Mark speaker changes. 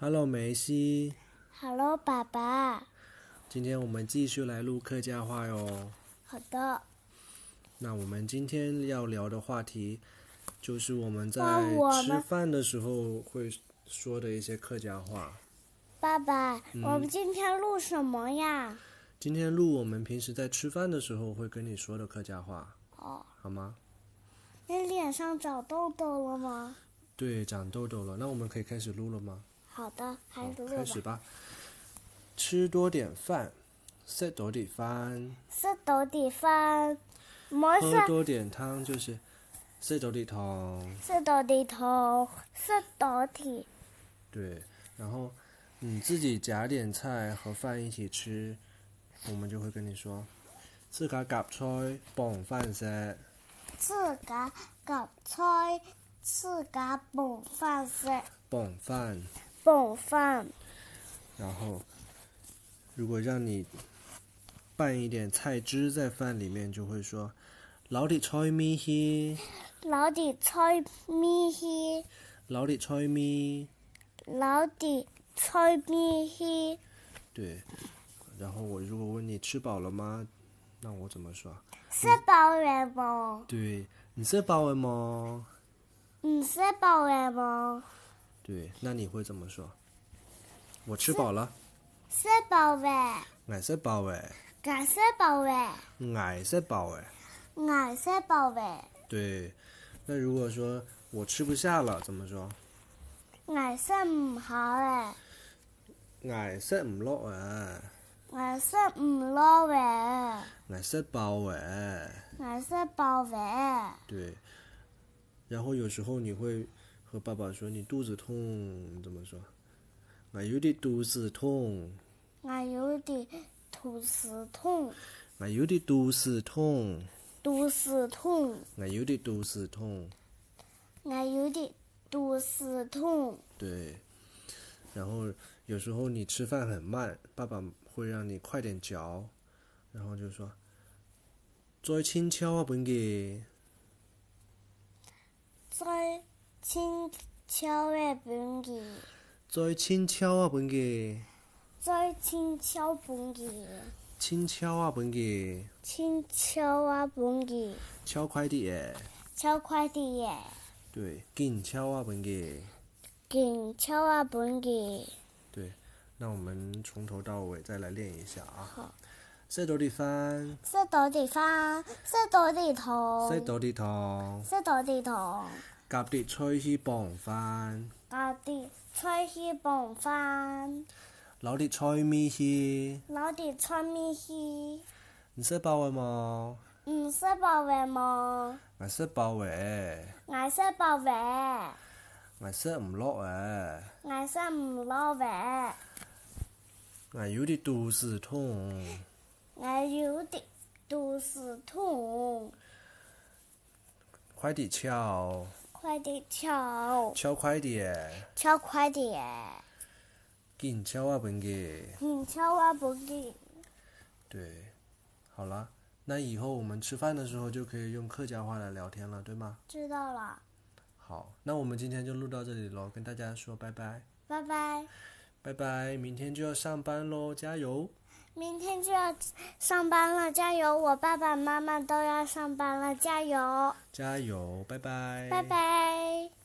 Speaker 1: Hello，梅西，
Speaker 2: Hello，爸爸。
Speaker 1: 今天我们继续来录客家话哟。
Speaker 2: 好的，
Speaker 1: 那我们今天要聊的话题，就是我们在
Speaker 2: 哇我们
Speaker 1: 吃饭的时候会说的一些客家话。
Speaker 2: 爸爸，
Speaker 1: 嗯
Speaker 2: 我们今天录什么呀？
Speaker 1: 今天录我们平时在吃饭的时候会跟你说的客家话，
Speaker 2: 哦，
Speaker 1: 好吗？
Speaker 2: 你脸上长痘痘了吗？
Speaker 1: 对，长痘痘了，那我们可以开始录了吗？
Speaker 2: 好的，开
Speaker 1: 好
Speaker 2: 始，录
Speaker 1: 开始
Speaker 2: 吧。
Speaker 1: 吧。吃多点饭，吃多点饭，
Speaker 2: 是斗底饭，么
Speaker 1: 喝
Speaker 2: 是
Speaker 1: 多点汤，就是吃多点汤。
Speaker 2: 是斗底头，是斗底
Speaker 1: 对，然后你自己夹点菜和饭一起吃，我们就会跟你说，自家夹菜拌饭食，
Speaker 2: 自家夹菜，自家拌饭是
Speaker 1: 拌饭。
Speaker 2: 拌饭，
Speaker 1: 然后，如果让你拌一点菜汁在饭里面，就会说，老弟菜咪稀，
Speaker 2: 老底菜米稀，
Speaker 1: 老弟菜咪。
Speaker 2: 老底菜米
Speaker 1: 嗯
Speaker 2: 稀，
Speaker 1: 对，然后我如果问你吃饱了吗？那我怎么说？
Speaker 2: 是包圆吗？
Speaker 1: 对，你吃饱了吗？
Speaker 2: 你是包圆吗？
Speaker 1: 对，那你会怎么说？我吃饱了。
Speaker 2: 是宝贝，
Speaker 1: 我食饱诶，
Speaker 2: 我是宝贝，
Speaker 1: 我食饱诶。
Speaker 2: 我是宝贝，
Speaker 1: 对，那如果说我吃不下了，怎么说？
Speaker 2: 我是唔好诶，
Speaker 1: 我食唔落哎诶，
Speaker 2: 我是唔老诶，
Speaker 1: 我食饱诶。
Speaker 2: 我是宝贝，
Speaker 1: 对，然后有时候你会和爸爸说你肚子痛，你怎么说？我有点肚子痛，
Speaker 2: 我有点肚子痛，
Speaker 1: 我有点肚子痛，
Speaker 2: 肚子痛，
Speaker 1: 我有点肚子痛。
Speaker 2: 我有点肚子痛，
Speaker 1: 对，然后有时候你吃饭很慢，爸爸会让你快点嚼，然后就说再轻敲啊，本给
Speaker 2: 在轻巧诶本记，
Speaker 1: 再轻敲啊，本给
Speaker 2: 在轻巧本记，
Speaker 1: 轻敲啊，本给
Speaker 2: 轻巧啊本记，
Speaker 1: 敲快点，
Speaker 2: 超快点耶，
Speaker 1: 对，紧敲啊，本给
Speaker 2: 紧巧啊本记。
Speaker 1: 对。那我们从头到尾再来练一下啊
Speaker 2: 好。
Speaker 1: 塞多地翻，
Speaker 2: 识到地方，识到地图，
Speaker 1: 塞多地糖，
Speaker 2: 识到地图，
Speaker 1: 夹碟吹起傍翻，
Speaker 2: 家地吹起傍翻，
Speaker 1: 老碟吹咪起，
Speaker 2: 老地吹咪去，
Speaker 1: 你识包啊冇？
Speaker 2: 唔识白话么？
Speaker 1: 我食飽嘅，
Speaker 2: 我识白话，
Speaker 1: 我食唔落嘅，
Speaker 2: 我识唔落话，
Speaker 1: 我有啲肚子痛，
Speaker 2: 我有啲肚子痛，
Speaker 1: 快啲敲，
Speaker 2: 快啲敲，
Speaker 1: 敲快啲，
Speaker 2: 敲快啲，
Speaker 1: 紧敲啊本嘅。
Speaker 2: 唔敲我不记。
Speaker 1: 对，好了，那以后我们吃饭的时候就可以用客家话来聊天了，对吗？
Speaker 2: 知道了，
Speaker 1: 好，那我们今天就录到这里喽，跟大家说拜拜，
Speaker 2: 拜拜。
Speaker 1: 拜拜，明天就要上班喽，加油！
Speaker 2: 明天就要上班了，加油！我爸爸妈妈都要上班了，加油！
Speaker 1: 加油，拜拜，
Speaker 2: 拜拜。